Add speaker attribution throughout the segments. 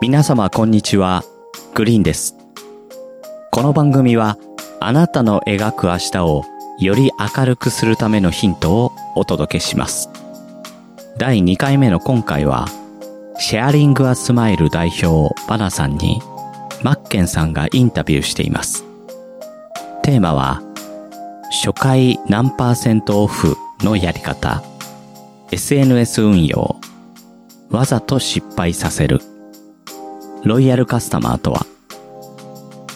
Speaker 1: 皆様こんにちは。グリーンです。この番組はあなたの描く明日をより明るくするためのヒントをお届けします。第2回目の今回はシェアリングアスマイル代表バナさんにマッケンさんがインタビューしています。テーマは初回何パーセントオフのやり方 SNS 運用わざと失敗させるロイヤルカスタマーとは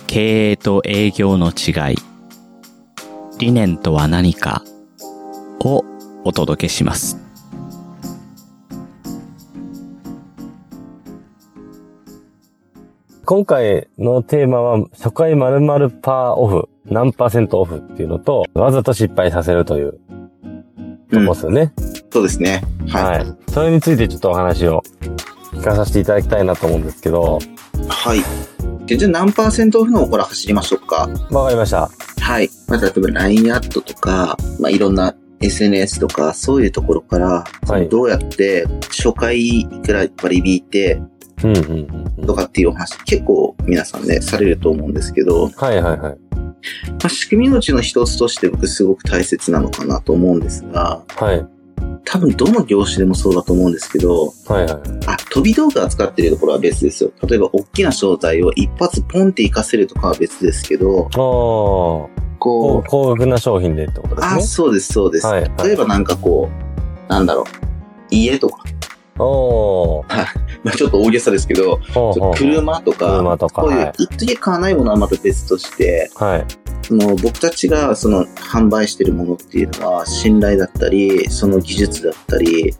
Speaker 1: 経営と営業の違い理念とは何かをお届けします
Speaker 2: 今回のテーマは、初回〇〇パーオフ、何パーセントオフっていうのと、わざと失敗させるというとこですよね。
Speaker 3: そうですね。は
Speaker 2: はい。それについてちょっとお話を聞かさせていただきたいなと思うんですけど、
Speaker 3: い。はい。でじゃあ何パーセントオフの方から走りましょうか。
Speaker 2: わかりました。
Speaker 3: はい。まず例えば LINE アットとか、まあ、いろんな SNS とか、そういうところから、
Speaker 2: はい
Speaker 3: どうやって初回いくら割り引いて
Speaker 2: うんうんうんう
Speaker 3: と
Speaker 2: ん。
Speaker 3: かっていうお話、結構皆さんね、されると思うんですけど、
Speaker 2: はいはいはい。
Speaker 3: まあ、仕組みのうちの一つとして僕すごく大切なのかなと思うんですが、
Speaker 2: はい。
Speaker 3: 多分どの業種でもそうだと思うんですけど、
Speaker 2: はいはい。
Speaker 3: あ、飛び道具扱ってるところは別ですよ。例えば大きな商材を一発ポンって活かせるとかは別ですけど、
Speaker 2: おー、
Speaker 3: こ
Speaker 2: 高
Speaker 3: う、
Speaker 2: 高額な商品でってことです
Speaker 3: あ、
Speaker 2: ね。
Speaker 3: そうです、そうです。
Speaker 2: はいはい
Speaker 3: 例えばなんかこう、なんだろう、家とか、
Speaker 2: おー、
Speaker 3: まあちょっと大げさですけど、
Speaker 2: ほうほうほう
Speaker 3: 車とか、
Speaker 2: 車とか
Speaker 3: こうい
Speaker 2: は
Speaker 3: う、一時買わないものはまた別として、
Speaker 2: はい。
Speaker 3: その僕たちがその販売してるものっていうのは、信頼だったり、その技術だったり、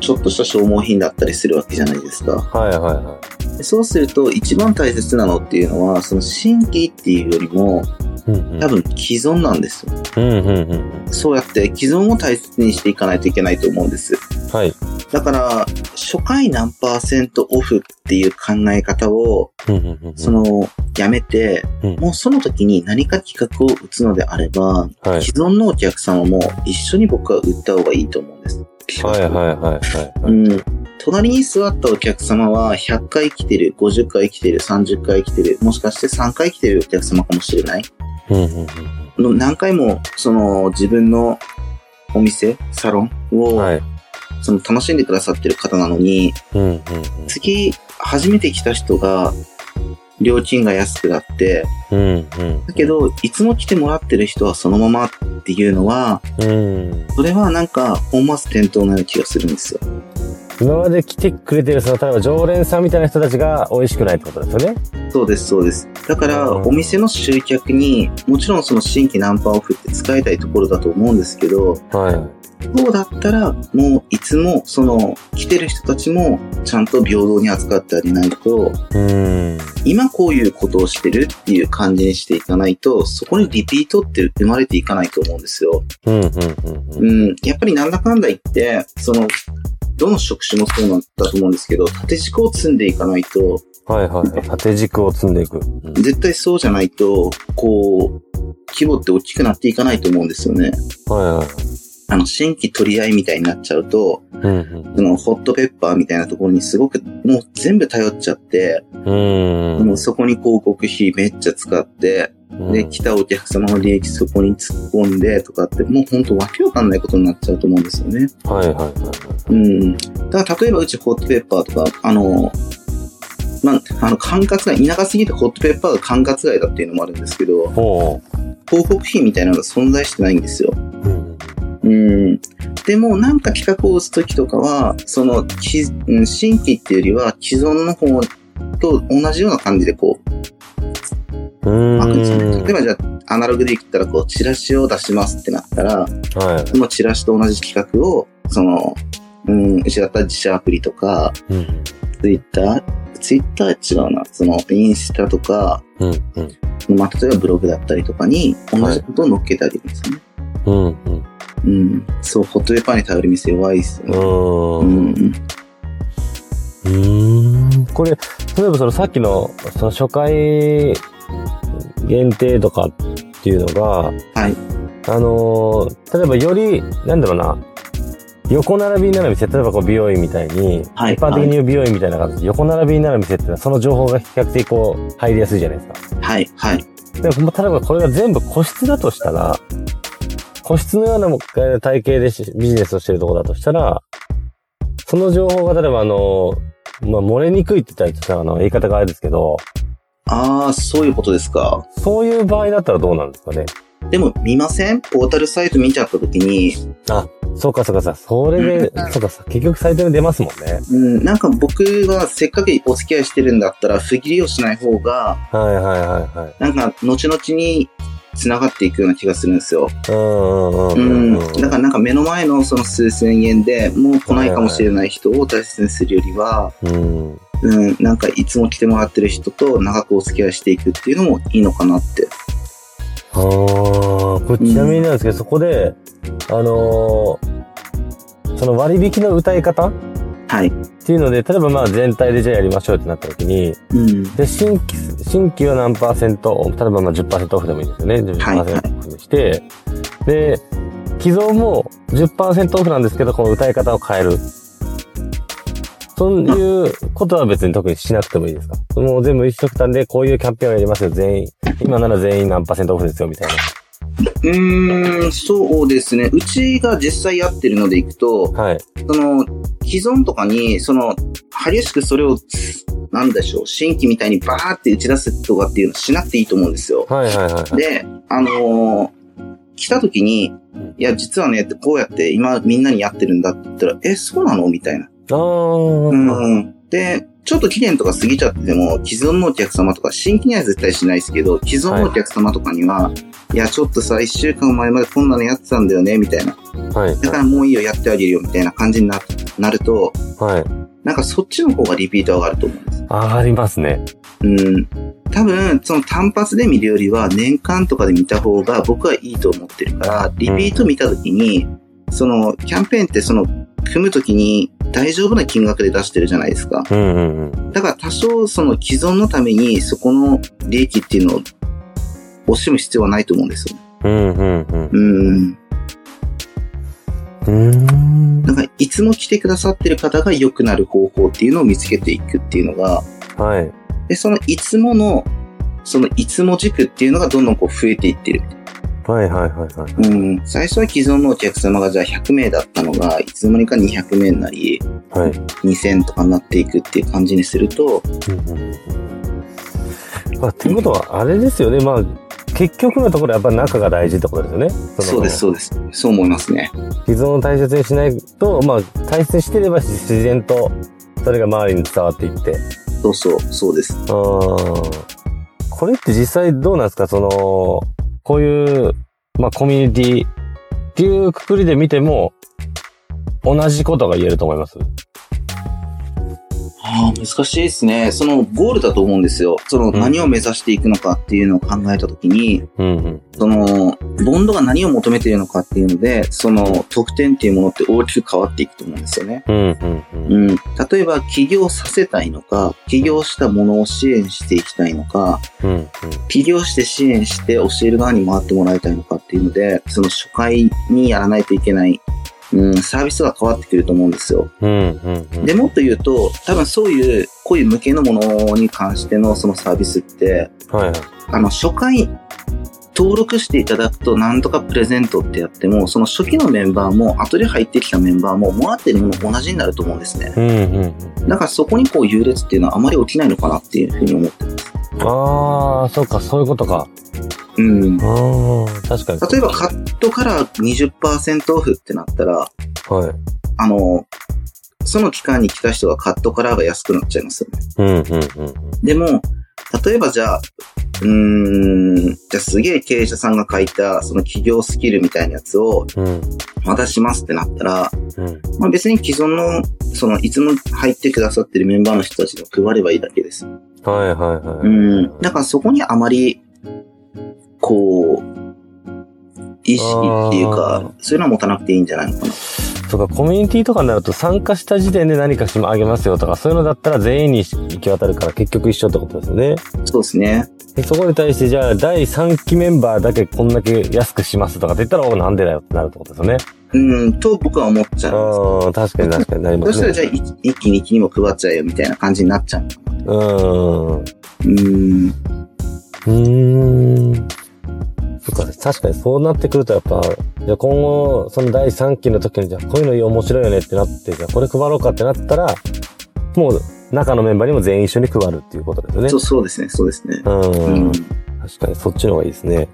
Speaker 3: ちょっとした消耗品だったりするわけじゃないですか。
Speaker 2: はいはいは
Speaker 3: でそうすると、一番大切なのっていうのは、その新規っていうよりも、
Speaker 2: い。うんうん
Speaker 3: 多分既存なんですよ。
Speaker 2: うんうんうん
Speaker 3: そうやって既存を大切にしていかないといけないと思うんです。
Speaker 2: うん。はい。
Speaker 3: だから、初回何パーセントオフっていう考え方を、
Speaker 2: うんうんうんうん。
Speaker 3: その、やめて、
Speaker 2: うん
Speaker 3: もうその時に何か企画を打つのであれば、
Speaker 2: はい。
Speaker 3: 既存のお客様も一緒に僕は打った方がいいと思うんです。
Speaker 2: はいはいはいはいは
Speaker 3: う
Speaker 2: い。
Speaker 3: ん。隣に座ったお客様は100回来てる、50回来てる、30回来てる、もしかして3回来てるお客様かもしれない。
Speaker 2: うんうん
Speaker 3: の何回も、その、自分のお店、サロン
Speaker 2: う
Speaker 3: を、
Speaker 2: ん。はい。
Speaker 3: その、楽しんでくださってる方なのに、
Speaker 2: うんうんうん。
Speaker 3: 次、初めて来た人が、料金が安くなって、
Speaker 2: うんうん。
Speaker 3: だけど、いつも来てもらってる人はそのままっていうのは、
Speaker 2: うん。
Speaker 3: それはなんか、本末転倒なような気がするんですよ。
Speaker 2: 今まで来てくれてる、その、例えば常連さんみたいな人たちが美味しくないってことですよね。
Speaker 3: そうです、そうです。だから、
Speaker 2: うん
Speaker 3: お店の集客に、もちろんその新規ナンパオフって使いたいところだと思うんですけど、
Speaker 2: はい。
Speaker 3: そうだったら、もういつも、その、来てる人たちも、ちゃんと平等に扱ってあげないと、
Speaker 2: うん。
Speaker 3: 今こういうことをしてるっていう感じにしていかないと、そこにリピートって生まれていかないと思うんですよ。
Speaker 2: うんうんうん。
Speaker 3: うん、やっぱりなんだかんだ言って、その、どの職種もそうなんだと思うんですけど、縦軸を積んでいかないと、
Speaker 2: はいはい。縦軸を積んでいく。うん
Speaker 3: 絶対そうじゃないと、こう、規模って大きくなっていかないと思うんですよね。
Speaker 2: はいはい。
Speaker 3: あの、新規取り合いみたいになっちゃうと、
Speaker 2: うん
Speaker 3: その、ホットペッパーみたいなところにすごく、もう全部頼っちゃって、
Speaker 2: うん。
Speaker 3: もうそこに広告費めっちゃ使って、
Speaker 2: うん。
Speaker 3: で、来たお客様の利益そこに突っ込んでとかって、もうほんとわけわかんないことになっちゃうと思うんですよね。
Speaker 2: はいはいはいはい。
Speaker 3: うん。だから例えばうちホットペッパーとか、あの、まあ、あの、管轄外、田舎すぎてホットペッパーが管轄外だっていうのもあるんですけど、
Speaker 2: ほ
Speaker 3: 広告費みたいなのが存在してないんですよ。
Speaker 2: う。うん。
Speaker 3: うん。でも、なんか企画を打つときとかは、その、きうん新規っていうよりは、既存の方と同じような感じでこう、
Speaker 2: うん。
Speaker 3: 巻くんですよね。例えばじゃあ、アナログで言ったら、こう、チラシを出しますってなったら、
Speaker 2: は
Speaker 3: そのチラシと同じ企画を、その、うん、うちだったら自社アプリとか、
Speaker 2: い。うん。
Speaker 3: ツイッターツイッター違うな。その、インスタとか、
Speaker 2: うんうん。
Speaker 3: まあ、例えばブログだったりとかに、同じことを乗っけてあげるんですよね。
Speaker 2: うん
Speaker 3: うん。そう、ホットペッパーに頼る店弱いですよね。
Speaker 2: うん。
Speaker 3: う
Speaker 2: うん。
Speaker 3: ん。
Speaker 2: うーんこれ、例えばそのさっきの、その初回限定とかっていうのが、
Speaker 3: はい
Speaker 2: あのー、例えばより、なんだろうな、横並びになる店、例えばこう美容院みたいに、
Speaker 3: はい
Speaker 2: 一般的に言う美容院みたいな形で横並びになる店ってのはその情報が比較的こう入りやすいじゃないですか。
Speaker 3: はい、はい。
Speaker 2: でも、例えばこれが全部個室だとしたら、個室のようなもえー体系でしビジネスをしてるところだとしたら、その情報が例えばあの、まあ、漏れにくいって言ったらちょっとあの、言い方があれですけど、
Speaker 3: ああ、そういうことですか。
Speaker 2: そういう場合だったらどうなんですかね。
Speaker 3: でも見ませんポータルサイト見ちゃった時に、
Speaker 2: そうかそうかさ、それで、そうかさ、結局サイトに出ますもんね。
Speaker 3: うん、なんか僕はせっかくお付き合いしてるんだったら、不義理をしない方が、
Speaker 2: はいはいはいはい。
Speaker 3: なんか後々に繋がっていくような気がするんですよ。
Speaker 2: うんうん
Speaker 3: う
Speaker 2: うんうん
Speaker 3: ん
Speaker 2: うん。。
Speaker 3: だからなんか目の前のその数千円でもう来ないかもしれない人を大切にするよりは、
Speaker 2: うん。
Speaker 3: うん、なんかいつも来てもらってる人と長くお付き合いしていくっていうのもいいのかなって。
Speaker 2: あーこれちなみになんですけど、そこで、あのーその割引の歌い方
Speaker 3: はい。
Speaker 2: っていうので、例えばまあ全体でじゃあやりましょうってなった時に、
Speaker 3: うん。
Speaker 2: で、新規、新規は何パーセント、例えばまあ10%オフでもいいですよね。
Speaker 3: はい
Speaker 2: 10%オフにして、で、既存も10%オフなんですけど、この歌い方を変える。そういうことは別に特にしなくてもいいですかもう全部一色単でこういうキャンペーンをやりますよ、全員。今なら全員何パーセントオフですよ、みたい
Speaker 3: うん、ーんそうですね。うちが実際やってるのでいくと、
Speaker 2: な。はい。
Speaker 3: その、既存とかに、その、激しくそれを、なんでしょう、新規みたいにバーって打ち出すとかっていうのしなくていいと思うんですよ。
Speaker 2: はいはいはいはい。
Speaker 3: で、あのー来た時に、いや、実はね、こうやって今みんなにやってるんだって言ったら、え、そうなのみたいな。
Speaker 2: あー。
Speaker 3: うん。で、ちょっと期限とか過ぎちゃっても、既存のお客様とか、新規には絶対しないですけど、既存のお客様とかには、い、や、ちょっとさ、1週間前までこんなのやってたんだよね、みたいな。
Speaker 2: はい。
Speaker 3: だからもういいよ、やってあげるよ、みたいな感じにななると、
Speaker 2: はい。
Speaker 3: なんかそっちの方がリピート上がると思うんです。
Speaker 2: 上がりますね。
Speaker 3: うん。多分、その単発で見るよりは年間とかで見た方が僕はいいと思ってるから、リピート見た時に、そのキャンペーンってその組む時に大丈夫な金額で出してるじゃないですか。
Speaker 2: うんうんうん。
Speaker 3: だから多少その既存のためにそこの利益っていうのを惜しむ必要はないと思うんですよ。
Speaker 2: うんうんうん。
Speaker 3: うん。
Speaker 2: うーん
Speaker 3: だ。からいつも来てくださってる方が良くなる方法っていうのを見つけていくっていうのが、
Speaker 2: はい。
Speaker 3: で、そのいつもの、そのいつも軸っていうのがどんどんこう増えていってる。
Speaker 2: はいはいはいはい。
Speaker 3: うん。最初は既存のお客様がじゃあ100名だったのが、いつの間にか200名になり、
Speaker 2: はい。
Speaker 3: 2000とかになっていくっていう感じにすると、
Speaker 2: まあ、ってことは、あれですよね。まあ、結局のところやっぱ仲が大事ってことですよね。の
Speaker 3: そうです、。そうです。そう思いますね。
Speaker 2: 既存を大切にしないと、まあ、大切にしてれば自然と、それが周りに伝わっていって。
Speaker 3: そうそう、そうです。
Speaker 2: あーこれって実際どうなんですかその、こういう、まあ、コミュニティっていうくくりで見ても、同じことが言えると思います。
Speaker 3: ああ、難しいですね。そのゴールだと思うんですよ。その
Speaker 2: ん
Speaker 3: 何を目指していくのかっていうのを考えたときに、
Speaker 2: うんうん。
Speaker 3: その、ボンドが何を求めているのかっていうので、その得点っていうものって大きく変わっていくと思うんですよね。
Speaker 2: うんうんうん。
Speaker 3: うん、例えば起業させたいのか、起業したものを支援していきたいのか、
Speaker 2: うんうん。
Speaker 3: 起業して支援して教える側に回ってもらいたいのかっていうので、その初回にやらないといけない、うん、サービスが変わってくると思うんですよ。
Speaker 2: うんうんうん。
Speaker 3: でもっと言うと、多分そういう声向けのものに関してのそのサービスって、
Speaker 2: はいはい。
Speaker 3: あの、初回登録していただくとなんとかプレゼントってやっても、その初期のメンバーも後で入ってきたメンバーももらってるもの同じになると思うんですね。
Speaker 2: うんうんうん。
Speaker 3: だからそこにこう優劣っていうのはあまり起きないのかなっていうふうに思ってます。
Speaker 2: ああ、そっか、そういうことか。
Speaker 3: うん。例
Speaker 2: ああ、確かに。
Speaker 3: えばカットから20%オフってなったら、
Speaker 2: はい。
Speaker 3: あの、その期間に来た人がカットカラーが安くなっちゃいますよね。
Speaker 2: うんうんうん。
Speaker 3: でも、例えばじゃあ、うーん、じゃあすげえ経営者さんが書いたその企業スキルみたいなやつを
Speaker 2: うん
Speaker 3: 渡しますってなったら、
Speaker 2: うん。
Speaker 3: まあ別に既存の、そのいつも入ってくださってるメンバーの人たちに配ればいいだけです。
Speaker 2: はいはいはい。
Speaker 3: うん。だからそこにあまり、こう、意識っていう
Speaker 2: あー
Speaker 3: か、そういうのは持たなくていいんじゃないのかな。
Speaker 2: そうか、コミュニティとかになると参加した時点で何かしてあげますよとか、そういうのだったら全員に行き渡るから結局一緒ってことですよね。
Speaker 3: そうですね。
Speaker 2: でそこに対して、じゃあ、第3期メンバーだけこんだけ安くしますとかって言ったら、おなんでだよってなるってことですよね。
Speaker 3: うん、と僕は思っちゃうんです
Speaker 2: うん、確かに確かになりま
Speaker 3: そし
Speaker 2: す
Speaker 3: た
Speaker 2: ね。
Speaker 3: らじゃあ一一期二期にも配っちゃえよみたいな感じになっちゃう。
Speaker 2: うん。
Speaker 3: うん。
Speaker 2: うーん。そっか、確かにそうなってくるとやっぱ、じゃあ今後、その第3期の時に、じゃあこういうの面白いよねってなって、じゃあこれ配ろうかってなったら、もう中のメンバーにも全員一緒に配るっていうことですよね。
Speaker 3: そう、そうですね、そうですね。
Speaker 2: う
Speaker 3: うんん。。
Speaker 2: 確かにそっちの方がいいですね。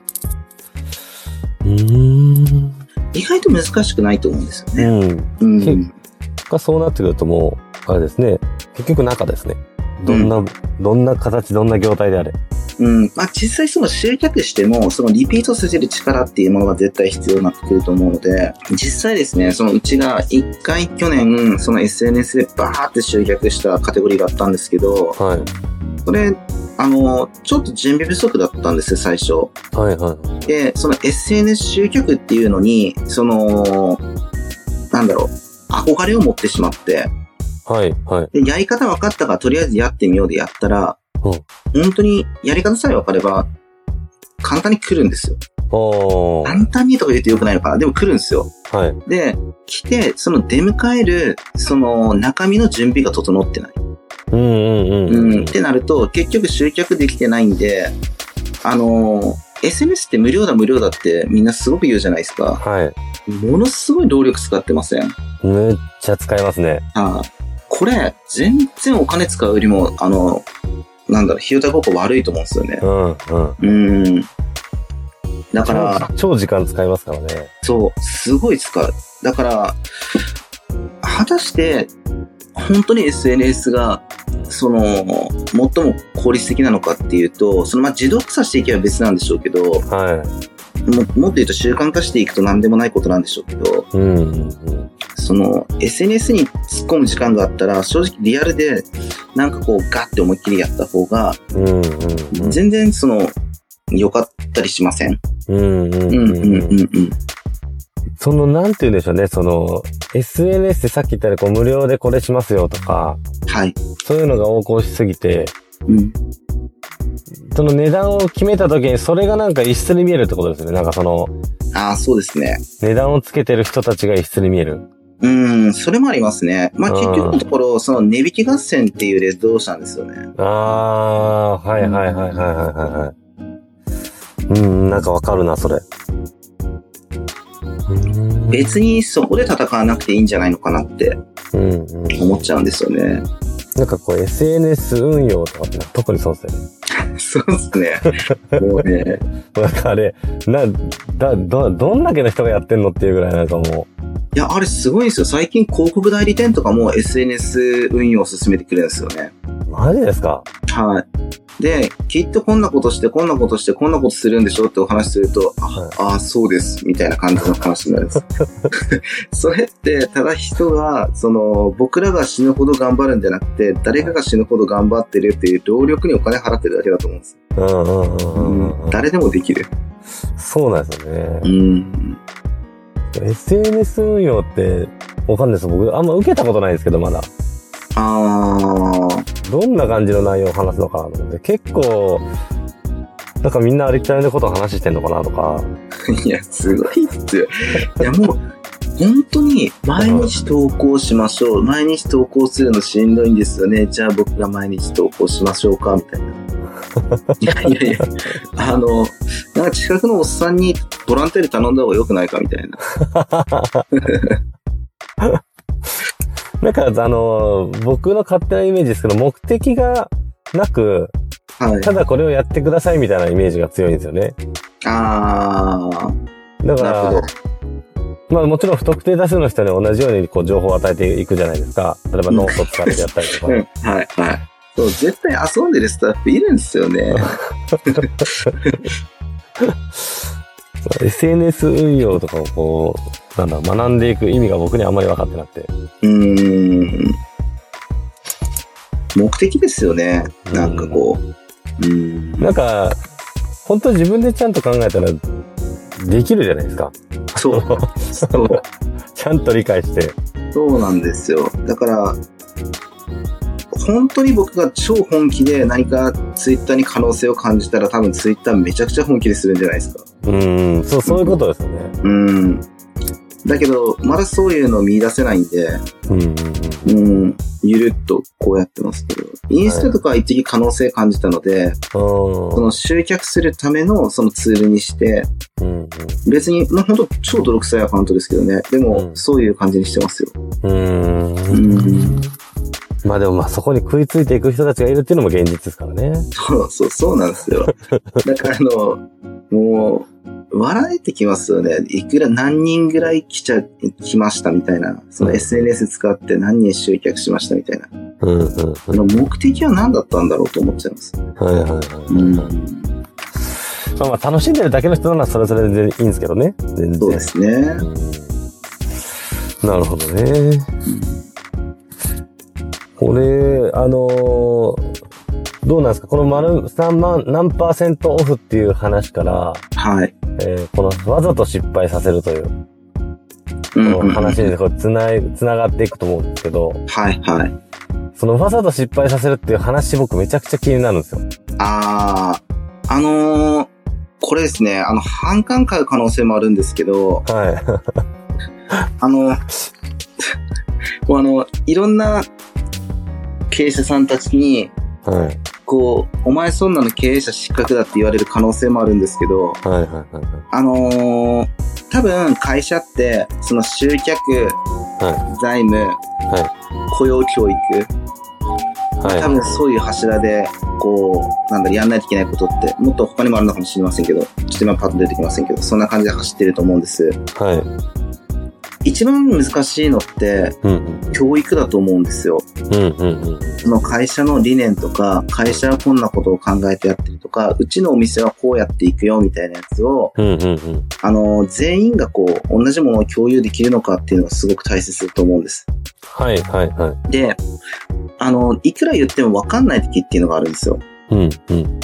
Speaker 2: うーん。
Speaker 3: 意外と難しくないと思うんですよね。
Speaker 2: うん。
Speaker 3: うん。
Speaker 2: 結がそうなってくるともう、あれですね、結局中ですね。どんな、どんな形、どんな業態であれ。
Speaker 3: うん。まあ実際その集客しても、そのリピートさせる力っていうものが絶対必要になってくると思うので、実際ですね、そのうちが一回去年、その SNS でバーって集客したカテゴリーがあったんですけど、
Speaker 2: はい。
Speaker 3: これ、あの、ちょっと準備不足だったんですよ、最初。
Speaker 2: はいはい。
Speaker 3: で、その SNS 集客っていうのに、その、なんだろう、憧れを持ってしまって、
Speaker 2: はいはい。
Speaker 3: で、やり方分かったからとりあえずやってみようでやったら、
Speaker 2: うん
Speaker 3: 本当にやり方さえ分かれば、簡単に来るんですよ。
Speaker 2: おー。
Speaker 3: 簡単にとか言うと良くないのかな。でも来るんですよ。
Speaker 2: はい。
Speaker 3: で、来て、その出迎える、その中身の準備が整ってない。
Speaker 2: うんうんう。
Speaker 3: うんん。ってなると、結局集客できてないんで、あのー SNS って無料だ無料だってみんなすごく言うじゃないですか。
Speaker 2: はい。
Speaker 3: ものすごい労力使ってません。あ
Speaker 2: むっちゃ使いますね。
Speaker 3: あこれ、全然お金使うよりも、あの、なんだろう、費用対効果悪いと思うんですよね
Speaker 2: う。んうん。
Speaker 3: うん。だから、
Speaker 2: 超超時間使いますからね。
Speaker 3: そう、すごい使う。だから、果たして、本当に SNS が、その、最も効率的なのかっていうと、その、まあ、自動化させていけば別なんでしょうけど、も
Speaker 2: は
Speaker 3: もっと言うと習慣化していくと何でもないことなんでしょうけど、
Speaker 2: い。うんうん
Speaker 3: その SNS に突っ込む時間があったら正直リアルでなんかこうガッて思いっきりやった方が
Speaker 2: うん。うんうんうん。
Speaker 3: 全然その良かったりしません
Speaker 2: うんう
Speaker 3: うんう
Speaker 2: ん
Speaker 3: んうん
Speaker 2: うん。
Speaker 3: うん。
Speaker 2: その、なんて言うんでしょうね。その、SNS でさっき言ったようにこう無料でこれしますよとか、
Speaker 3: はい。
Speaker 2: そういうのが横行しすぎて、
Speaker 3: うん。
Speaker 2: その値段を決めた時にそれがなんか一室に見えるってことですね。なんかその、
Speaker 3: ああ、そうですね。
Speaker 2: 値段をつけてる人たちが一室に見える。
Speaker 3: うん、それもありますね。まあ
Speaker 2: うん
Speaker 3: 結局のところ、その値引き合戦っていうレッドオーシャンですよね。
Speaker 2: あー、はいはいはいはいはいはいはい。うん、なんかわかるな、それ。
Speaker 3: 別にそこで戦わなくていいんじゃないのかなって
Speaker 2: うん、うん。
Speaker 3: 思っちゃうんですよね。
Speaker 2: なんかこう SNS 運用とかって特にそうですよね。
Speaker 3: そうです ね。もうね。
Speaker 2: なんかあれ、な、だ、ど、どんだけの人がやってんのっていうぐらいなんかも
Speaker 3: いや、あれすごいんですよ。最近広告代理店とかも SNS 運用を進めてくれるんですよね。
Speaker 2: う、マジですか
Speaker 3: はい。で、きっとこんなことして、こんなことして、こんなことするんでしょってお話しすると、あ、
Speaker 2: はい
Speaker 3: あそうです、みたいな感じの話になるん です。それって、ただ人が、その、僕らが死ぬほど頑張るんじゃなくて、誰かが死ぬほど頑張ってるっていう労力にお金払ってるだけだと思うんです。
Speaker 2: うんうんうんうんうん。
Speaker 3: 誰でもできる。
Speaker 2: そうなんですよね
Speaker 3: う。ん。
Speaker 2: SNS 運用って、わかんないです。僕、あんま受けたことないですけど、まだ。
Speaker 3: あー、
Speaker 2: どんな感じの内容を話すのかなと思って、結構、なんかみんなありきたりなことを話してんのかなとか、
Speaker 3: いや、すごいっすよ。いや、もう、本当に、毎日投稿しましょう。毎日投稿するのしんどいんですよね。じゃあ僕が毎日投稿しましょうか、みたいな。いやいやいや、あの、なんか近くのおっさんにボランティアで頼んだ方が良くないか、みたいな。
Speaker 2: なんかあの、僕の勝手なイメージですけど、目的がなく、
Speaker 3: はい
Speaker 2: た。だこれをやってくださいみたいなイメージが強いんですよね。
Speaker 3: あー、
Speaker 2: だか
Speaker 3: なるほど
Speaker 2: ら、。まあもちろん不特定多数の人に同じようにこう情報を与えていくじゃないですか。例えばノート使ってやったりとか
Speaker 3: う。ん、 はい、はい。そう、絶対遊んでるスタッフいるんですよね。
Speaker 2: SNS 運用とかをこう、なんだ、学んでいく意味が僕にあんまり分かってなくて。
Speaker 3: うーん。目的ですよね。なんかこう。うん。
Speaker 2: なんか、本当自分でちゃんと考えたら、できるじゃないですか。
Speaker 3: そう。そう。
Speaker 2: ちゃんと理解して。
Speaker 3: そうなんですよ。だから、本当に僕が超本気で何かツイッターに可能性を感じたら多分ツイッターめちゃくちゃ本気でするんじゃないですか。
Speaker 2: うん、そう、そういうことですよね。
Speaker 3: うん。だけど、まだそういうのを見出せないんで、
Speaker 2: うん、うん、
Speaker 3: うん、ゆるっとこうやってますけど、インスタとかは一時可能性感じたので、その集客するためのそのツールにして、
Speaker 2: うん。
Speaker 3: 別に、まあ、本当超泥臭いアカウントですけどね、でも、
Speaker 2: うん
Speaker 3: そういう感じにしてますよ。
Speaker 2: うん、う。
Speaker 3: うんん。
Speaker 2: まあでもまあそこに食いついていく人たちがいるっていうのも現実ですからね。
Speaker 3: そうそう、そうなんですよ。 だからあの、もう、笑えてきますよね。いくら何人ぐらい来ちゃ、来ましたみたいな。その SNS 使って何人集客しましたみたいな。
Speaker 2: うん、うん、うん。
Speaker 3: あの目的は何だったんだろうと思っちゃいます。
Speaker 2: はいはいはい。
Speaker 3: うん。
Speaker 2: まあまあ楽しんでるだけの人ならそれぞれでいいんですけどね。全然。
Speaker 3: そうですね。
Speaker 2: うんなるほどね。これ、あのーどうなんですかこの丸3万、何パーセントオフっていう話から、
Speaker 3: はい。
Speaker 2: えーこのわざと失敗させるという、
Speaker 3: う
Speaker 2: こ
Speaker 3: んうん
Speaker 2: の話にこうつない、つながっていくと思うんですけど、
Speaker 3: はいはい。
Speaker 2: そのわざと失敗させるっていう話僕めちゃくちゃ気になるんですよ。
Speaker 3: あー、あのー、これですね、あの、反感買う可能性もあるんですけど、
Speaker 2: は
Speaker 3: あの、 もうあの、いろんな経営者さんたちに、
Speaker 2: い。はい。
Speaker 3: こう、お前そんなの経営者失格だって言われる可能性もあるんですけど、
Speaker 2: はいはいはいはい。
Speaker 3: あのー多分会社って、その集客、
Speaker 2: は
Speaker 3: 財務、雇用教育、
Speaker 2: はい。
Speaker 3: 多分そういう柱で、こう、なんだろう、やんないといけないことって、もっと他にもあるのかもしれませんけど、ちょっと今パッと出てきませんけど、そんな感じで走ってると思うんです。
Speaker 2: はい。
Speaker 3: 一番難しいのって、
Speaker 2: うんうん。
Speaker 3: 教育だと思うんですよ。
Speaker 2: うんうんうん。
Speaker 3: その会社の理念とか、会社はこんなことを考えてやってるとか、うちのお店はこうやっていくよみたいなやつを、
Speaker 2: うんうんうん。
Speaker 3: あの、全員がこう、同じものを共有できるのかっていうのがすごく大切だと思うんです。
Speaker 2: はいはいはい。
Speaker 3: で、あの、いくら言っても分かんない時っていうのがあるんですよ。
Speaker 2: うんうん。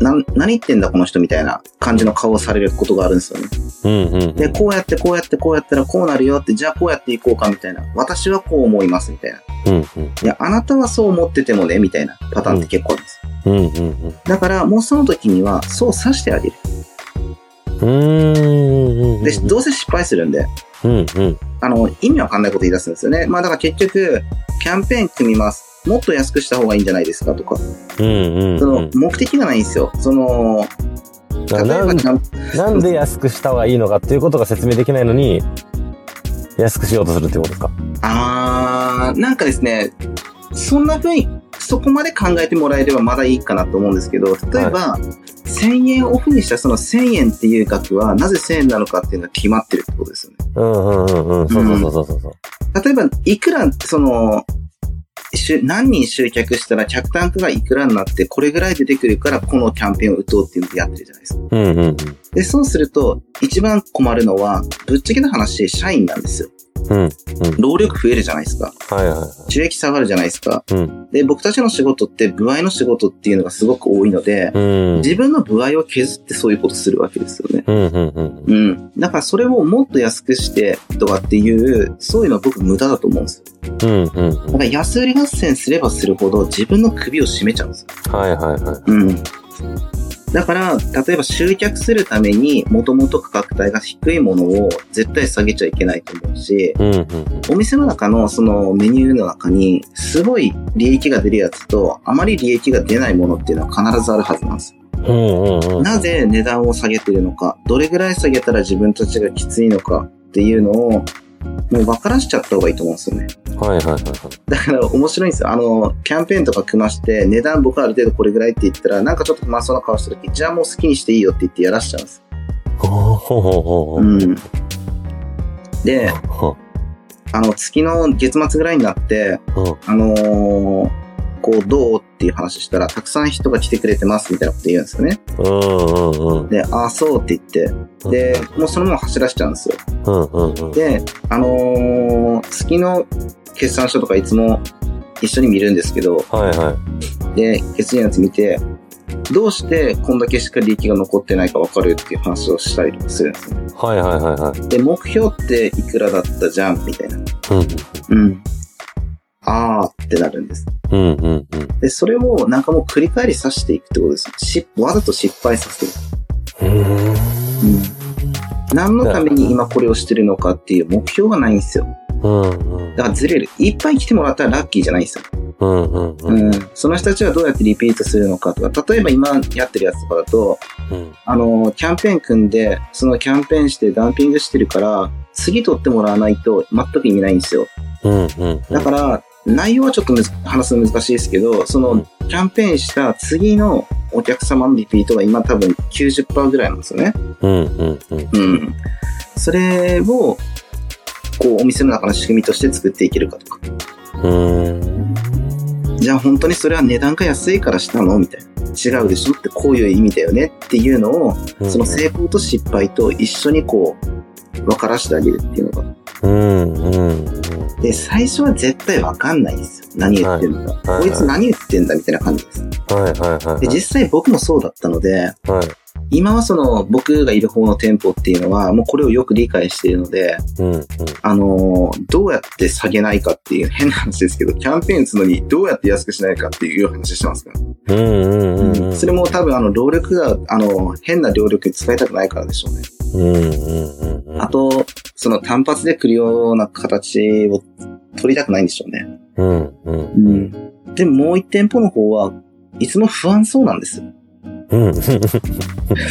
Speaker 3: な、何言ってんだこの人みたいな感じの顔をされることがあるんですよね。
Speaker 2: うんうん。
Speaker 3: で、こうやってこうやってこうやったらこうなるよって、じゃあこうやっていこうかみたいな。私はこう思いますみたいな。
Speaker 2: うんうん。
Speaker 3: いや、あなたはそう思っててもね、みたいなパターンって結構あるんです。
Speaker 2: うんうん
Speaker 3: だから、もうその時には、そうさしてあげる。
Speaker 2: うん。
Speaker 3: で、どうせ失敗するんで、
Speaker 2: うんうん。
Speaker 3: あの、意味わかんないこと言い出すんですよね。まあだから結局、キャンペーン組みます。もっと安くした方がいいんじゃないですかとか。
Speaker 2: うんうん。
Speaker 3: その、目的がないんですよ。その、例え
Speaker 2: な
Speaker 3: ば
Speaker 2: ん
Speaker 3: キャン、
Speaker 2: なんで安くした方がいいのかっていうことが説明できないのに、安くしようとするってことですか。
Speaker 3: あー、なんかですね、そんな風に、そこまで考えてもらえればまだいいかなと思うんですけど、例えば、1000円オフにしたその1000円っていう額は、なぜ1000円なのかっていうのが決まってるってことですよね。
Speaker 2: うんうんうんうん。そうそうそうそう。
Speaker 3: 例えば、いくら、その、集何人集客したら客単価がいくらになって、これぐらい出てくるから、このキャンペーンを打とうっていうのでやってるじゃないですか。
Speaker 2: うんうんうん。
Speaker 3: で、そうすると、一番困るのは、ぶっちゃけな話、社員なんですよ。
Speaker 2: うんうん。
Speaker 3: 労力増えるじゃないですか。
Speaker 2: はいは
Speaker 3: 収益下がるじゃないですか。
Speaker 2: い。うん。
Speaker 3: で、僕たちの仕事って、部合の仕事っていうのがすごく多いので、
Speaker 2: うん。
Speaker 3: 自分の部合を削ってそういうことするわけですよね。
Speaker 2: うんうんうん。
Speaker 3: うん。だからそれをもっと安くしてとかっていう、そういうのは僕無駄だと思うんですよ
Speaker 2: うんうん。
Speaker 3: だから安売り合戦すればするほど自分の首を絞めちゃうんですよ。
Speaker 2: はいはいはい。
Speaker 3: うん。だから、例えば集客するために、もともと価格帯が低いものを絶対下げちゃいけないと思うし、
Speaker 2: うんうん。
Speaker 3: お店の中のそのメニューの中に、すごい利益が出るやつと、あまり利益が出ないものっていうのは必ずあるはずなんです。
Speaker 2: うんうんうん。
Speaker 3: なぜ値段を下げてるのか、どれぐらい下げたら自分たちがきついのかっていうのを、もう分からしちゃった方がいいと思うんですよね。
Speaker 2: はいはいはいはい。
Speaker 3: だから面白いんですよ。あの、キャンペーンとか組まして、値段僕ある程度これぐらいって言ったら、なんかちょっと不満そうな顔した時、じゃあもう好きにしていいよって言ってやらしちゃうんです。
Speaker 2: ほうほうほうほう。
Speaker 3: うん。で、
Speaker 2: ほ
Speaker 3: あの、月の月末ぐらいになって、
Speaker 2: う
Speaker 3: あのーこう、どうっていう話したら、たくさん人が来てくれてますみたいなこと言うんですよね。
Speaker 2: うんうんうん。
Speaker 3: で、ああ、そうって言って、で、もうそのまま走らしちゃうんですよ。
Speaker 2: うんうんうん。
Speaker 3: で、あのー月の決算書とかいつも一緒に見るんですけど、
Speaker 2: はいはい。
Speaker 3: で、決意のやつ見て、どうしてこんだけしか利益が残ってないか分かるっていう話をしたりとかするんですね。
Speaker 2: はいはいはいはい。
Speaker 3: で、目標っていくらだったじゃんみたいな。
Speaker 2: うん。
Speaker 3: うん。ああ、ってなるんです。
Speaker 2: うんうんうん。
Speaker 3: で、それをなんかもう繰り返りさしていくってことです。しわざと失敗させる。
Speaker 2: うん。
Speaker 3: 何のために今これをしてるのかっていう目標がないんですよ。
Speaker 2: うんうん
Speaker 3: だからずれる。いっぱい来てもらったらラッキーじゃないんですよ。
Speaker 2: うんうんう
Speaker 3: うんん。その人たちはどうやってリピートするのかとか、例えば今やってるやつとかだと、
Speaker 2: うん
Speaker 3: あの、キャンペーン組んで、そのキャンペーンしてダンピングしてるから、次取ってもらわないと全く意味ないんですよ。
Speaker 2: うんうん
Speaker 3: だから、内容はちょっとむず話すの難しいですけど、その、キャンペーンした次のお客様のリピートが今多分90%ぐらいなんですよね。
Speaker 2: うんうんうん
Speaker 3: うん。それを、こう、お店の中の仕組みとして作っていけるかとか。
Speaker 2: うん
Speaker 3: じゃあ本当にそれは値段が安いからしたのみたいな。違うでしょってこういう意味だよねっていうのを、
Speaker 2: うん
Speaker 3: その成功と失敗と一緒にこう、分からしてあげるっていうのが。
Speaker 2: うんうん
Speaker 3: で、最初は絶対分かんないですよ。何言ってんだ。
Speaker 2: はいはい
Speaker 3: こいつ何言ってんだみたいな感じです。
Speaker 2: はいはいはい
Speaker 3: で、実際僕もそうだったので、
Speaker 2: はい
Speaker 3: 今はその僕がいる方の店舗っていうのは、もうこれをよく理解しているので、
Speaker 2: うんうん
Speaker 3: あのーどうやって下げないかっていう変な話ですけど、キャンペーン打つのにどうやって安くしないかっていう話してますから。
Speaker 2: うんうんうんうん
Speaker 3: それも多分あの、労力が、あの、変な労力使いたくないからでしょうね。
Speaker 2: うんうんうん
Speaker 3: あと、その単発で来るような形を取りたくないんでしょうね。
Speaker 2: うんうん
Speaker 3: うん。で、もう一店舗の方はいつも不安そうなんですよ。
Speaker 2: うん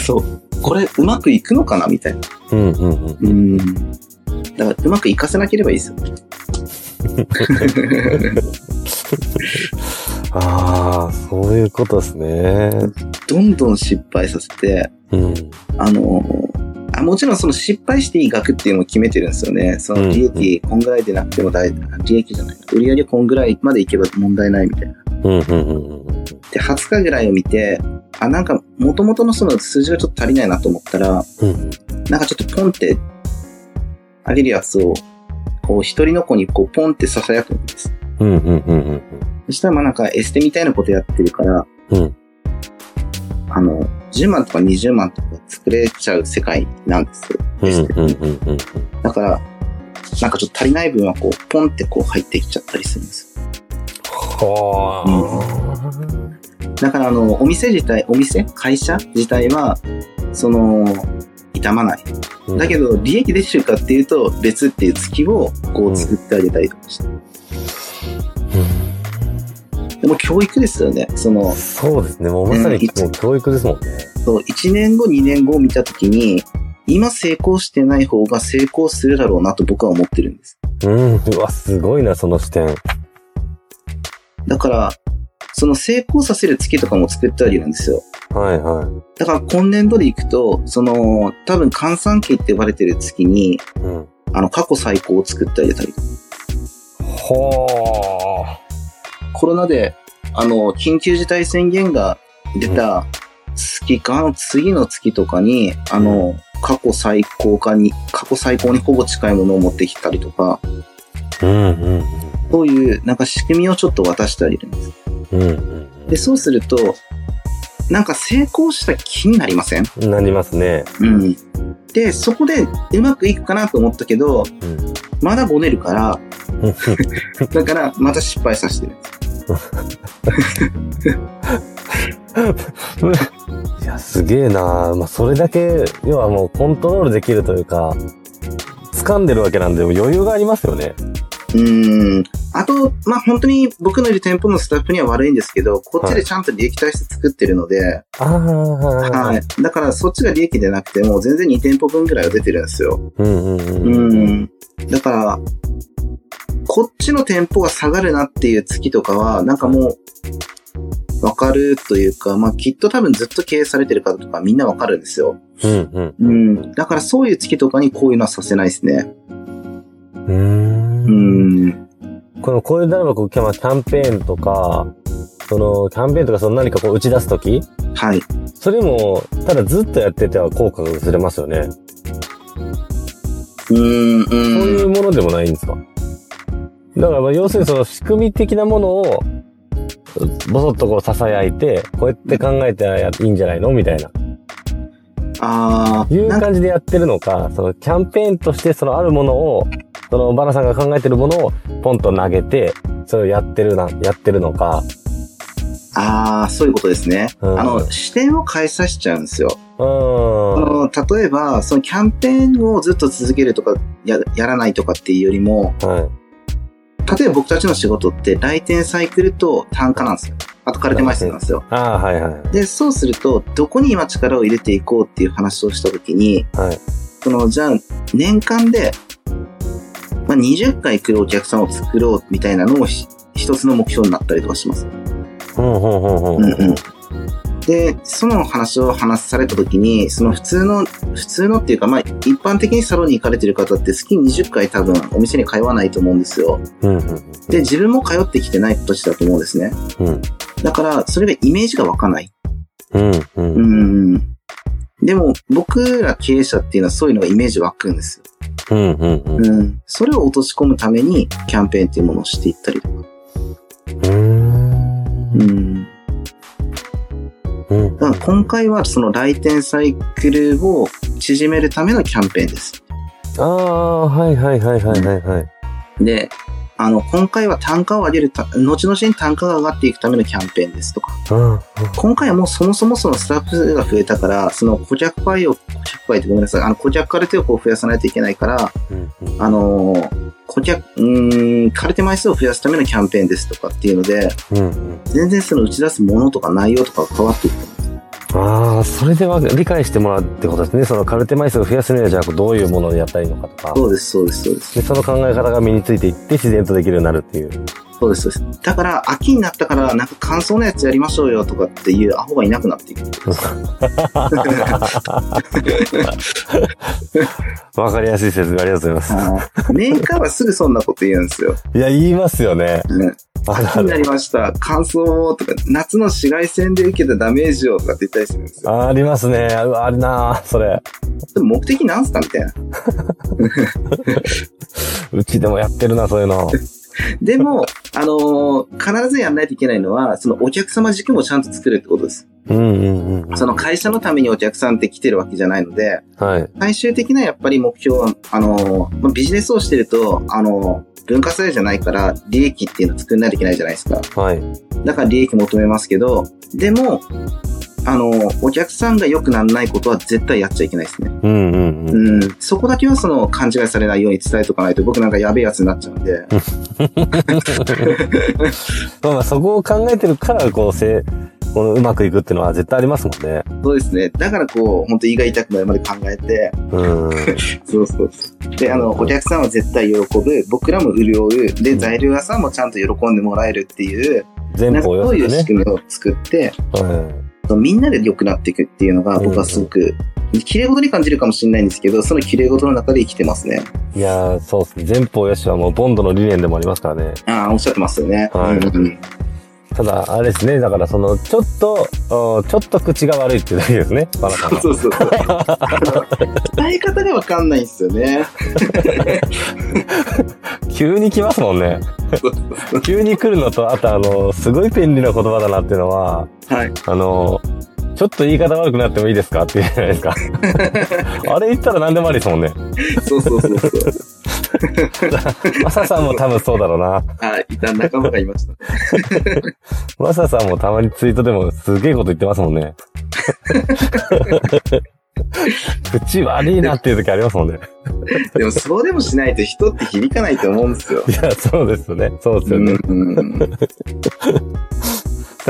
Speaker 3: そう。これうまくいくのかなみたいな。
Speaker 2: うんうんうん
Speaker 3: うん。だからうまくいかせなければいいですよ。
Speaker 2: ああそういうことですね
Speaker 3: どんどん失敗させて、
Speaker 2: うん
Speaker 3: あのあ、もちろんその失敗していい額っていうのを決めてるんですよね。その利益こんぐらいでなくても大、利益じゃないな。売上こんぐらいまでいけば問題ないみたいな。
Speaker 2: うんうんうんうん
Speaker 3: で、20日ぐらいを見て、あ、なんか元々のその数字がちょっと足りないなと思ったら、
Speaker 2: うん
Speaker 3: なんかちょっとポンって上げるやつを、こう一人の子にこうポンって囁くんです。
Speaker 2: うんうんうんうん
Speaker 3: そしたらまあなんかエステみたいなことやってるから、
Speaker 2: うん
Speaker 3: あの、10万とか20万とか作れちゃう世界なんですよ。
Speaker 2: うん
Speaker 3: エステ
Speaker 2: うんうんうん
Speaker 3: だから、なんかちょっと足りない分はこう、ポンってこう入ってきちゃったりするんです。
Speaker 2: はあ
Speaker 3: だからあの、お店自体、お店会社自体は、その、傷まない。
Speaker 2: うん
Speaker 3: だけど、利益出てるかっていうと、別っていう月をこう作ってあげたりとかして。でも教育ですよね。その、
Speaker 2: そうですねもうまさにもう教育ですもんね
Speaker 3: そう1年後、2年後を見たときに、今成功してない方が成功するだろうなと僕は思ってるんです。
Speaker 2: うんうわすごいなその視点
Speaker 3: だから、その成功させる月とかも作ってあげるんですよ。
Speaker 2: はいは
Speaker 3: だから今年度でいくと、その、多分換算期って呼ばれてる月に、
Speaker 2: いうん
Speaker 3: あの、過去最高を作ってあげたり。
Speaker 2: は
Speaker 3: コロナで、あの、緊急事態宣言が出た月か、あの次の月とかに、あの、過去最高かに、過去最高にほぼ近いものを持ってきたりとか、
Speaker 2: あうんうん
Speaker 3: そういう、なんか仕組みをちょっと渡してあげるんです。
Speaker 2: うんうん
Speaker 3: で、そうすると、なんか成功した気になりません
Speaker 2: うんなりますね
Speaker 3: うん。で、そこでうまくいくかなと思ったけ
Speaker 2: う
Speaker 3: ど、
Speaker 2: ん
Speaker 3: まだごねるから、
Speaker 2: うん
Speaker 3: だからまた失敗させてる。
Speaker 2: いや、すげえなまあ、それだけ、要はもうコントロールできるというか、掴んでるわけなんで、余裕がありますよね。
Speaker 3: うーん。あと、まあ、本当に僕のいる店舗のスタッフには悪いんですけど、こっちでちゃんと利益体質作ってるので、
Speaker 2: ああ、はい
Speaker 3: はい。
Speaker 2: はい。
Speaker 3: だからそっちが利益でなくても、全然2店舗分ぐらいは出てるんですよ。
Speaker 2: うんうん
Speaker 3: う
Speaker 2: うん。
Speaker 3: ん。だから、こっちの店舗が下がるなっていう月とかは、なんかもう、わかるというか、まあ、きっと多分ずっと経営されてる方とかみんなわかるんですよ。
Speaker 2: うん
Speaker 3: うん。だからそういう月とかにこういうのはさせないですね。
Speaker 2: うん。う
Speaker 3: う
Speaker 2: ん。
Speaker 3: ん。
Speaker 2: この、こういう、ならば、こう、キャキャンペーンとか、その、キャンペーンとか、その何かこう、打ち出すとき、
Speaker 3: はい。
Speaker 2: それも、ただずっとやってては効果が薄れますよね。そ
Speaker 3: うん、
Speaker 2: う
Speaker 3: う。
Speaker 2: いうんものでもないんですかだからまあ要するにその仕組み的なものをぼそっとこう囁いて、こうやって考えてやいいんじゃないのみたいな。
Speaker 3: ああ、
Speaker 2: いう
Speaker 3: なんか、
Speaker 2: 感じでやってるのか、そのキャンペーンとしてそのあるものを、そのバナさんが考えてるものをポンと投げて、それをやってるな、やってるのか。
Speaker 3: ああ、そういうことですね。
Speaker 2: うん
Speaker 3: あの、視点を変えさせちゃうんですよ。
Speaker 2: う
Speaker 3: あ
Speaker 2: ん。
Speaker 3: の例えば、そのキャンペーンをずっと続けるとかや、やらないとかっていうよりも、
Speaker 2: はい。
Speaker 3: 例えば僕たちの仕事って来店サイクルと単価なんですよ。あとカルテ枚数なんですよ。
Speaker 2: ああ、はいはい。
Speaker 3: で、そうすると、どこに今力を入れていこうっていう話をしたときに、
Speaker 2: はい
Speaker 3: その、じゃあ、年間で、まあ、20回来るお客さんを作ろうみたいなのもひ一つの目標になったりとかします。
Speaker 2: うん、うん、うん、うん。
Speaker 3: うんうんで、その話を話されたときに、その普通の、普通のっていうか、まあ、一般的にサロンに行かれてる方って月20回多分お店に通わないと思うんですよ。
Speaker 2: うん、うん。
Speaker 3: で、自分も通ってきてない年だと思うんですね。
Speaker 2: うん
Speaker 3: だから、それがイメージが湧かない。
Speaker 2: うん、う。
Speaker 3: うんん。でも、僕ら経営者っていうのはそういうのがイメージ湧くんです
Speaker 2: う
Speaker 3: よ。
Speaker 2: ん、うん、うん。
Speaker 3: うん。それを落とし込むために、キャンペーンっていうものをしていったりとか。
Speaker 2: うん。
Speaker 3: うん。
Speaker 2: うん。
Speaker 3: だから今回は、その来店サイクルを縮めるためのキャンペーンです。
Speaker 2: ああ、はいはいはいはいはいはい。
Speaker 3: で、あの、今回は単価を上げるた、後々に単価が上がっていくためのキャンペーンですとか。
Speaker 2: うん。うん
Speaker 3: 今回はもうそもそもそのスタッフが増えたから、その顧客パイを、顧客パイってごめんなさい、あの、顧客カルテをこう増やさないといけないから、
Speaker 2: うんうん
Speaker 3: あのー顧客、うーん、カルテ枚数を増やすためのキャンペーンですとかっていうので、
Speaker 2: うんうん。
Speaker 3: 全然その打ち出すものとか内容とかが変わっていくと思うんですよ。
Speaker 2: ああ、それでは理解してもらうってことですね。そのカルテ枚数を増やすには、じゃあどういうものをやったらいいのかとか。
Speaker 3: そうです、そうです、そうです。
Speaker 2: で、その考え方が身についていって自然とできるようになるっていう。
Speaker 3: そうです、そうです。だから、秋になったから、なんか乾燥のやつやりましょうよとかっていうアホがいなくなっていく。
Speaker 2: わかりやすい説明ありがとうございま
Speaker 3: あー メーカーはすぐそんなこと言うんですよ。
Speaker 2: す。いや、言いますよね。
Speaker 3: ね
Speaker 2: ある
Speaker 3: 秋
Speaker 2: あ
Speaker 3: にな
Speaker 2: る。
Speaker 3: りました、乾燥をとか、夏の紫外線で受けたダメージをとかって言ったりするんですよ。
Speaker 2: あありますね。うわあるなーそれ。
Speaker 3: でも目的なんすかみたいな。
Speaker 2: うちでもやってるな、そういう の。
Speaker 3: でも、あのー必ずやんないといけないのは、そのお客様軸もちゃんと作るってことです。
Speaker 2: うんうんうん。
Speaker 3: その会社のためにお客さんって来てるわけじゃないので、
Speaker 2: はい。
Speaker 3: 最終的なやっぱり目標は、あのーまあビジネスをしてると、あのー文化祭じゃないから、利益っていうのを作んないといけないじゃないですか。
Speaker 2: はい。
Speaker 3: だから利益求めますけど、でも、あのーお客さんが良くならないことは絶対やっちゃいけないですね。
Speaker 2: うんうんうん。
Speaker 3: うん、そこだけはその勘違いされないように伝えとかないと僕なんかやべえやつになっちゃうんで、
Speaker 2: まあまあそこを考えてるから、こう、せ、このうまくいくっていうのは絶対ありますもんね。
Speaker 3: そうですね。だからこう、本当胃が痛くなるまで考えて、
Speaker 2: うん。
Speaker 3: そうそうそう。で、あの、お客さんは絶対喜ぶ、僕らも潤う、で、材料屋さんもちゃんと喜んでもらえるっていう、な
Speaker 2: 全
Speaker 3: んか
Speaker 2: 部お
Speaker 3: そ
Speaker 2: よ
Speaker 3: うい
Speaker 2: そ
Speaker 3: う仕
Speaker 2: ね。
Speaker 3: 組みを作って、
Speaker 2: うん。
Speaker 3: みんなで良くなっていくっていうのが、僕はすごく、綺麗事に感じるかもしれないんですけど、その綺麗事の中で生きてますね。
Speaker 2: いやー、そうですね。全方よしはもうボンドの理念でもありますからね。
Speaker 3: ああ、おっしゃってますよね。
Speaker 2: はい
Speaker 3: うん うん
Speaker 2: ただ、あれですね。だからその、ちょっと、おちょっと口が悪いっていうだけですね。バナナ が
Speaker 3: そうそうそう。伝え方がわかんないんですよね。
Speaker 2: 急に来ますもん ね。
Speaker 3: そうそうそう
Speaker 2: 急に来るのと、あとあの、すごい便利な言葉だなっていうのは、
Speaker 3: はい。
Speaker 2: あの、ちょっと言い方悪くなってもいいですかって言うじゃないですか。 あれ言ったら何でもありですもんね。
Speaker 3: そうそうそうそう。
Speaker 2: マサさんも多分そうだろうな。
Speaker 3: はい。いた仲間がいました。
Speaker 2: マサさんもたまにツイートでもすげえこと言ってますもん ね。口悪いなっていう時ありますもんね。
Speaker 3: でもそうでもしないと人って響かないと思うんですよ。
Speaker 2: いや、そうですよね。そうですよね。
Speaker 3: うん
Speaker 2: だ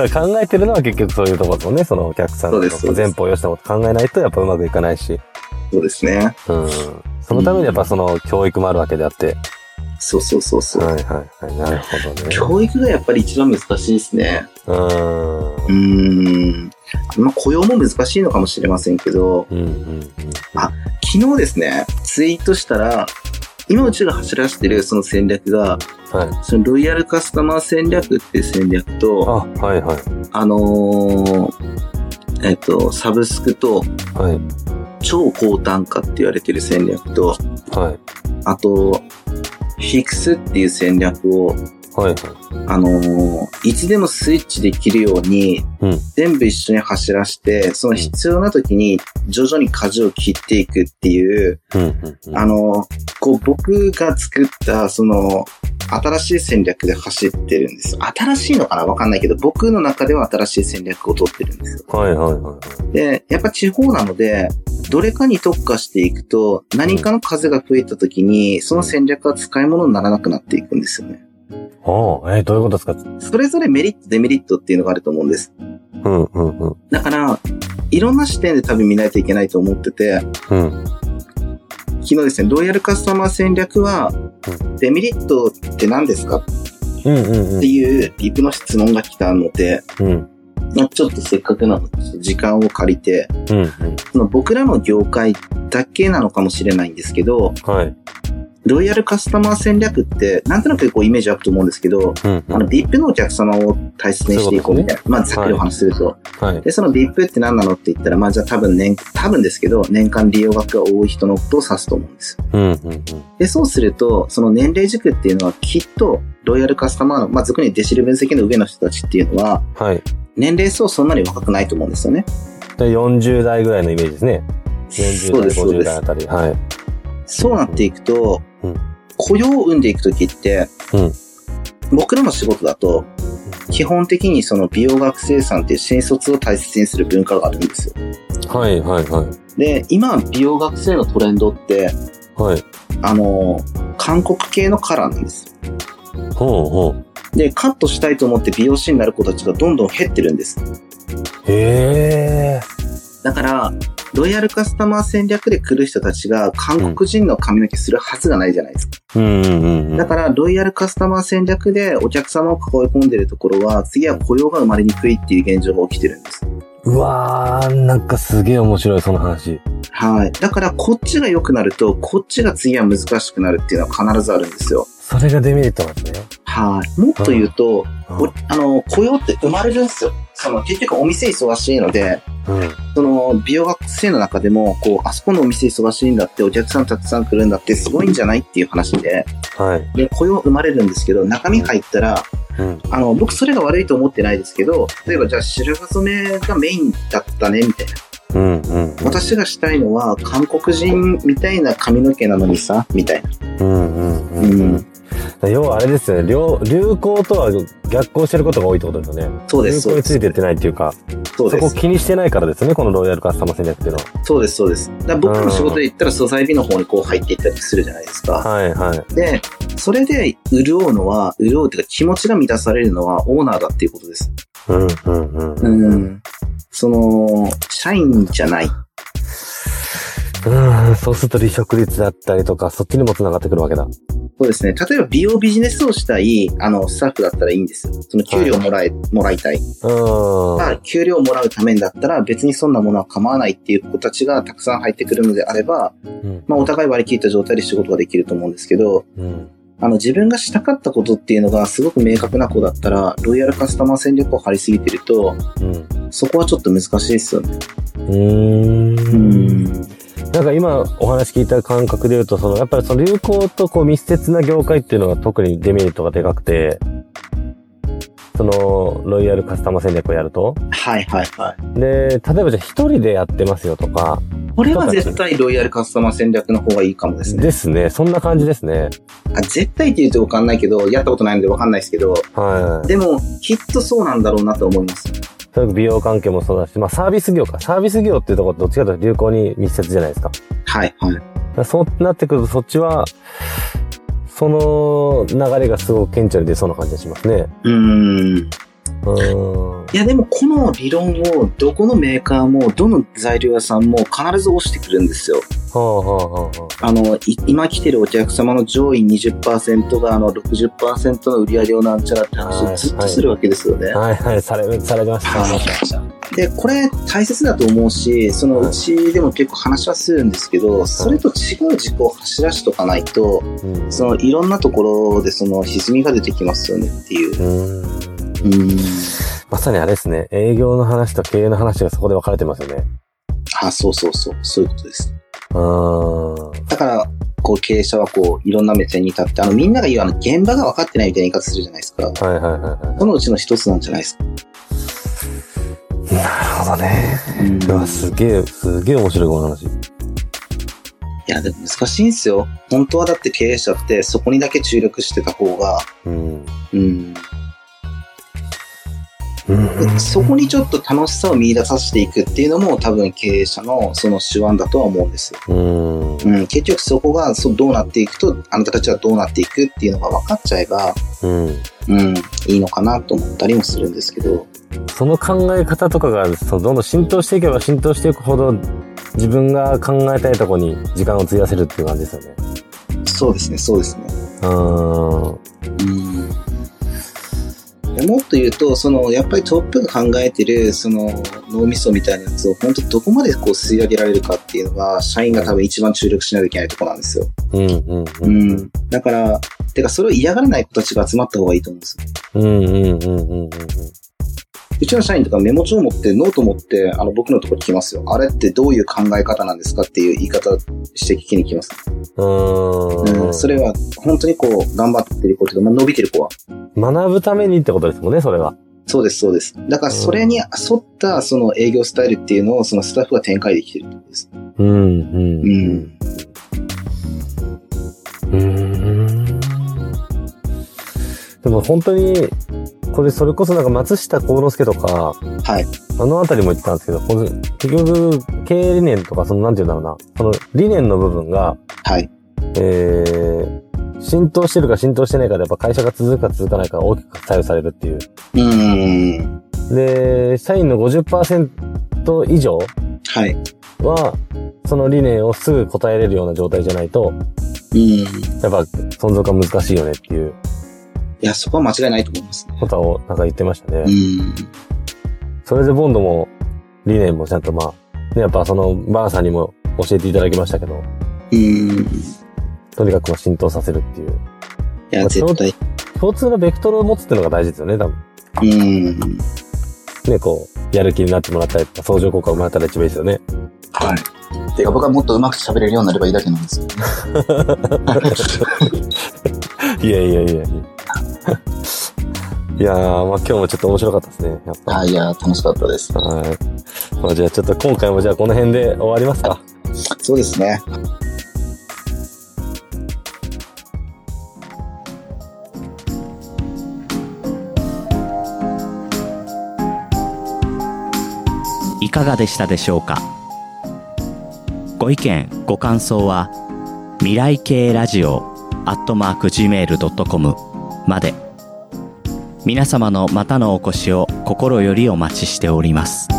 Speaker 2: から考えてるのは結局そういうところですもんね。そのお客さん
Speaker 3: そう
Speaker 2: の
Speaker 3: ですそうです
Speaker 2: 前方を良したこと考えないとやっぱうまくいかないし。
Speaker 3: そうですね。
Speaker 2: うん。そのためにやっぱその教育もあるわけであって。
Speaker 3: そうそうそうそう。
Speaker 2: はいはいはい。なるほどね。
Speaker 3: 教育がやっぱり一番難しいですね。
Speaker 2: うん。
Speaker 3: うーん。まあ、雇用も難しいのかもしれませんけど、
Speaker 2: うんうんうん。
Speaker 3: 昨日ですね、ツイートしたら、今うちが走らせてるその戦略が、
Speaker 2: はい。
Speaker 3: そのロイヤルカスタマー戦略っていう戦略
Speaker 2: あ、
Speaker 3: と、
Speaker 2: はいはい。
Speaker 3: あのーえっと、サブスクと
Speaker 2: はい。
Speaker 3: 超高単価って言われてる戦略と、
Speaker 2: はい。
Speaker 3: あと、フィクスっていう戦略を
Speaker 2: はい。
Speaker 3: あのーいつでもスイッチできるように、
Speaker 2: うん
Speaker 3: 全部一緒に走らして、その必要な時に徐々に舵を切っていくっていう、
Speaker 2: うんうんうん。
Speaker 3: あのーこう僕が作った、その、新しい戦略で走ってるんです。新しいのかなわかんないけど、僕の中では新しい戦略を取ってるんですよ。
Speaker 2: はいはいは
Speaker 3: で、やっぱ地方なので、どれかに特化していくと、何かの数が増えた時に、その戦略は使い物にならなくなっていくんですよね。
Speaker 2: い。ああ、えー、どういうことですか
Speaker 3: それぞれメリット、デメリットっていうのがあると思うんです。
Speaker 2: うんうんうん。
Speaker 3: だから、いろんな視点で多分見ないといけないと思ってて、
Speaker 2: うん。
Speaker 3: 昨日ですね、ロイヤルカスタマー戦略は、デメリットって何ですかっ
Speaker 2: うんうんう
Speaker 3: て
Speaker 2: ん。
Speaker 3: いうリプの質問が来たので、
Speaker 2: うん。
Speaker 3: まあちょっとせっかくなので、ちょっと時間を借りて、
Speaker 2: うんうん。
Speaker 3: その僕らの業界だけなのかもしれないんですけど、
Speaker 2: はい。
Speaker 3: ロイヤルカスタマー戦略って、なんとなくこうイメージあると思うんですけど、
Speaker 2: うんう
Speaker 3: あの、
Speaker 2: ん。
Speaker 3: VIP のお客様を大切にしていこうみたいな。まあ、ざっくりお話しすると。
Speaker 2: はい。
Speaker 3: で、その VIP って何なのって言ったら、まあじゃあ多分年、多分ですけど、年間利用額が多い人のことを指すと思うんですよ。
Speaker 2: うんうんうん。
Speaker 3: で、そうすると、その年齢軸っていうのはきっと、ロイヤルカスタマーの、まあ俗にデシル分析の上の人たちっていうのは、
Speaker 2: はい。
Speaker 3: 年齢層そんなに若くないと思うんですよね。
Speaker 2: で40代ぐらいのイメージですね。
Speaker 3: そうで
Speaker 2: 40代、
Speaker 3: す、そう
Speaker 2: 50
Speaker 3: で
Speaker 2: 代あ
Speaker 3: す。
Speaker 2: たり。はい。
Speaker 3: そうなっていくと、
Speaker 2: うん
Speaker 3: 雇用を生んでいくときって、
Speaker 2: うん
Speaker 3: 僕らの仕事だと、基本的にその美容学生さんっていう新卒を大切にする文化があるんですよ。
Speaker 2: はいはいは
Speaker 3: で、今、美容学生のトレンドって、
Speaker 2: い。はい。
Speaker 3: あの、韓国系のカラーなんです。
Speaker 2: ほうほう。
Speaker 3: で、カットしたいと思って美容師になる子たちがどんどん減ってるんです。
Speaker 2: へえ。
Speaker 3: だから、ロイヤルカスタマー戦略で来る人たちが韓国人の髪の毛するはずがないじゃないですか。
Speaker 2: うんうんうん。
Speaker 3: だから、ロイヤルカスタマー戦略でお客様を囲い込んでるところは、次は雇用が生まれにくいっていう現状が起きてるんです。
Speaker 2: うわー、なんかすげえ面白い、その話。
Speaker 3: はい。だから、こっちが良くなると、こっちが次は難しくなるっていうのは必ずあるんですよ。
Speaker 2: それがデメリットなんですね。
Speaker 3: はい。もっと言うと、おあの、雇用って生まれるんですよ。その、結局お店忙しいので、
Speaker 2: うん。うん
Speaker 3: その、美容学生の中でも、こう、あそこのお店忙しいんだって、お客さんたくさん来るんだって、すごいんじゃないっていう話で、
Speaker 2: はい。
Speaker 3: で、雇用生まれるんですけど、中身入ったら、
Speaker 2: うん。
Speaker 3: あの、僕それが悪いと思ってないですけど、例えばじゃあ白髪染めがメインだったね、みたいな。
Speaker 2: うんうん。
Speaker 3: 私がしたいのは、韓国人みたいな髪の毛なのにさ、みたいな。
Speaker 2: うんうんうん。
Speaker 3: う
Speaker 2: うん要はあれですよね流、流行とは逆行してることが多いってことですよね。
Speaker 3: そうで
Speaker 2: 流
Speaker 3: す、そ
Speaker 2: 行
Speaker 3: う
Speaker 2: に
Speaker 3: で
Speaker 2: つ
Speaker 3: す
Speaker 2: い。ていってないっていうか、
Speaker 3: そう
Speaker 2: そ
Speaker 3: で
Speaker 2: こを
Speaker 3: す。
Speaker 2: 気にしてないからですよね、このロイヤルカスタマー戦略っていうの
Speaker 3: そうです、そうです。だから僕の仕事で言ったら、素材美の方にこう入っていったりするじゃないですか。
Speaker 2: は。はいはい。
Speaker 3: で、それで潤うのは、潤うっていうか気持ちが満たされるのはオーナーだっていうことです。
Speaker 2: うんうんうん。
Speaker 3: ん。その、社員じゃない。
Speaker 2: うん、そうすると離職率だったりとか、そっちにも繋がってくるわけだ。
Speaker 3: そうですね。例えば美容ビジネスをしたい、あの、スタッフだったらいいんですよ。その給料もらえ、もらいたい。
Speaker 2: うん。
Speaker 3: まあ、給料をもらうためにだったら別にそんなものは構わないっていう子たちがたくさん入ってくるのであれば、
Speaker 2: うん
Speaker 3: まあ、お互い割り切った状態で仕事ができると思うんですけど、
Speaker 2: うん。
Speaker 3: あの、自分がしたかったことっていうのがすごく明確な子だったら、ロイヤルカスタマー戦略を張りすぎてると、
Speaker 2: うん。
Speaker 3: そこはちょっと難しいですよね。
Speaker 2: うん。なんか今お話聞いた感覚で言うと、そのやっぱりその流行とこう密接な業界っていうのが特にデメリットがでかくて、そのロイヤルカスタマー戦略をやると。
Speaker 3: はいはいはい。
Speaker 2: で、例えばじゃあ一人でやってますよとか、
Speaker 3: これは絶対ロイヤルカスタマー戦略の方がいいかもですね。
Speaker 2: ですね。そんな感じですね。
Speaker 3: あ絶対って言うとわかんないけど、やったことないのでわかんないですけど、
Speaker 2: はい。
Speaker 3: でも、きっとそうなんだろうなと思います。
Speaker 2: それ美容関係もそうだし、まあサービス業か。サービス業っていうところどっちかというと流行に密接じゃないですか。
Speaker 3: はいはい。
Speaker 2: だからそうなってくるとそっちは、その流れがすごく顕著に出そうな感じがしますね。
Speaker 3: うーん。
Speaker 2: うーん。
Speaker 3: いやでもこの理論をどこのメーカーもどの材料屋さんも必ず押してくるんですよ。
Speaker 2: はあはあはあは
Speaker 3: あの、い今来てるお客様の上位20%があの60%の売り上げをなんちゃらって話
Speaker 2: は
Speaker 3: を
Speaker 2: い
Speaker 3: ずっとするわけですよね。
Speaker 2: あ。はいはい、され、されてました。
Speaker 3: で、これ大切だと思うし、その
Speaker 2: はいう
Speaker 3: ちでも結構話はするんですけど、それと違う軸を走らしとかないと、
Speaker 2: うん
Speaker 3: そのいろんなところでその歪みが出てきますよねっていう。
Speaker 2: うん
Speaker 3: うん。
Speaker 2: まさにあれですね。営業の話と経営の話がそこで分かれてますよね。
Speaker 3: あ、そうそうそう。そういうことです。
Speaker 2: うーん。
Speaker 3: だから、こう経営者はこういろんな目線に立って、あのみんなが言うあの現場が分かってないみたいな言い方するじゃないですか。
Speaker 2: はいはいはいは
Speaker 3: そのうちの一つなんじゃないですか。
Speaker 2: い。なるほどね。うわ、すげえ、すげえ面白いこの話。
Speaker 3: いや、でも難しいんですよ。本当はだって経営者ってそこにだけ注力してた方が、
Speaker 2: うん。
Speaker 3: うん、
Speaker 2: うん
Speaker 3: そこにちょっと楽しさを見出させていくっていうのも多分経営者のその手腕だとは思うんですよ。
Speaker 2: うん。
Speaker 3: うん、結局そこがそうどうなっていくと、あなたたちはどうなっていくっていうのが分かっちゃえば、
Speaker 2: うん。
Speaker 3: うん、いいのかなと思ったりもするんですけど、
Speaker 2: その考え方とかがそのどんどん浸透していけば浸透していくほど自分が考えたいとこに時間を費やせるっていう感じですよね。
Speaker 3: そうですね、そうですね。
Speaker 2: うーん。
Speaker 3: でもっと言うとそのやっぱりトップが考えてるその脳みそみたいなやつを本当どこまでこう吸い上げられるかっていうのが社員が多分一番注力しないといけないところなんですよ、
Speaker 2: うんうん
Speaker 3: う
Speaker 2: うん。
Speaker 3: ん、だからてかそれを嫌がらない子たちが集まった方がいいと思うんですよ
Speaker 2: うんうんうんうんうん。
Speaker 3: うちの社員とかメモ帳持ってノート持ってあの僕のところ聞きますよあれってどういう考え方なんですかっていう言い方して聞きに来ます、
Speaker 2: う
Speaker 3: う
Speaker 2: ー
Speaker 3: ん、
Speaker 2: ん。
Speaker 3: それは本当にこう頑張ってる子というか、まあ、伸びてる子は
Speaker 2: 学ぶためにってことですもんね、それは。
Speaker 3: そうです、そうです。だから、それに沿った、その営業スタイルっていうのを、そのスタッフが展開できてるってことです。
Speaker 2: うんうん。
Speaker 3: うん。
Speaker 2: うーん。でも本当に、これそれこそなんか松下幸之助とか、
Speaker 3: はい。
Speaker 2: あのあたりも言ってたんですけど、この結局、経営理念とか、その、なんて言うんだろうな、その理念の部分が、
Speaker 3: はい。
Speaker 2: えー、浸透してるか浸透してないかで、やっぱ会社が続くか続かないかが大きく左右されるっていう。
Speaker 3: うーん。
Speaker 2: で、社員の50%以上
Speaker 3: はい。
Speaker 2: は、その理念をすぐ答えれるような状態じゃないと、
Speaker 3: うん。い
Speaker 2: やっぱ存続は難しいよねっていう
Speaker 3: や、そこは間違いないと思いますね。
Speaker 2: ことをなんか言ってましたね。
Speaker 3: うん。
Speaker 2: それでボンドも、理念もちゃんとまあ、ね、やっぱその、バーンさんにも教えていただきましたけど、
Speaker 3: うん。い
Speaker 2: とにかくまあ浸透させるっていう。ま
Speaker 3: や、
Speaker 2: あ
Speaker 3: 絶対。
Speaker 2: 共通のベクトルを持つっていうのが大事ですよね、多分。
Speaker 3: うん。
Speaker 2: ね、こう、やる気になってもらったりとか、相乗効果を生まれたら一番いいですよね。
Speaker 3: はい。てか、僕はもっとうまく喋れるようになればいいだけなんですよ。
Speaker 2: いやい やいやいや。いやー、まあ今日もちょっと面白かったですね、やっぱ。
Speaker 3: はい、いや、楽しかったです。
Speaker 2: はい。まあじゃあちょっと今回もじゃあこの辺で終わりますか。
Speaker 3: そうですね。
Speaker 1: いかがでしたでしょうかご意見ご感想は未来系ラジオアットマーク Gmail.com まで皆様のまたのお越しを心よりお待ちしております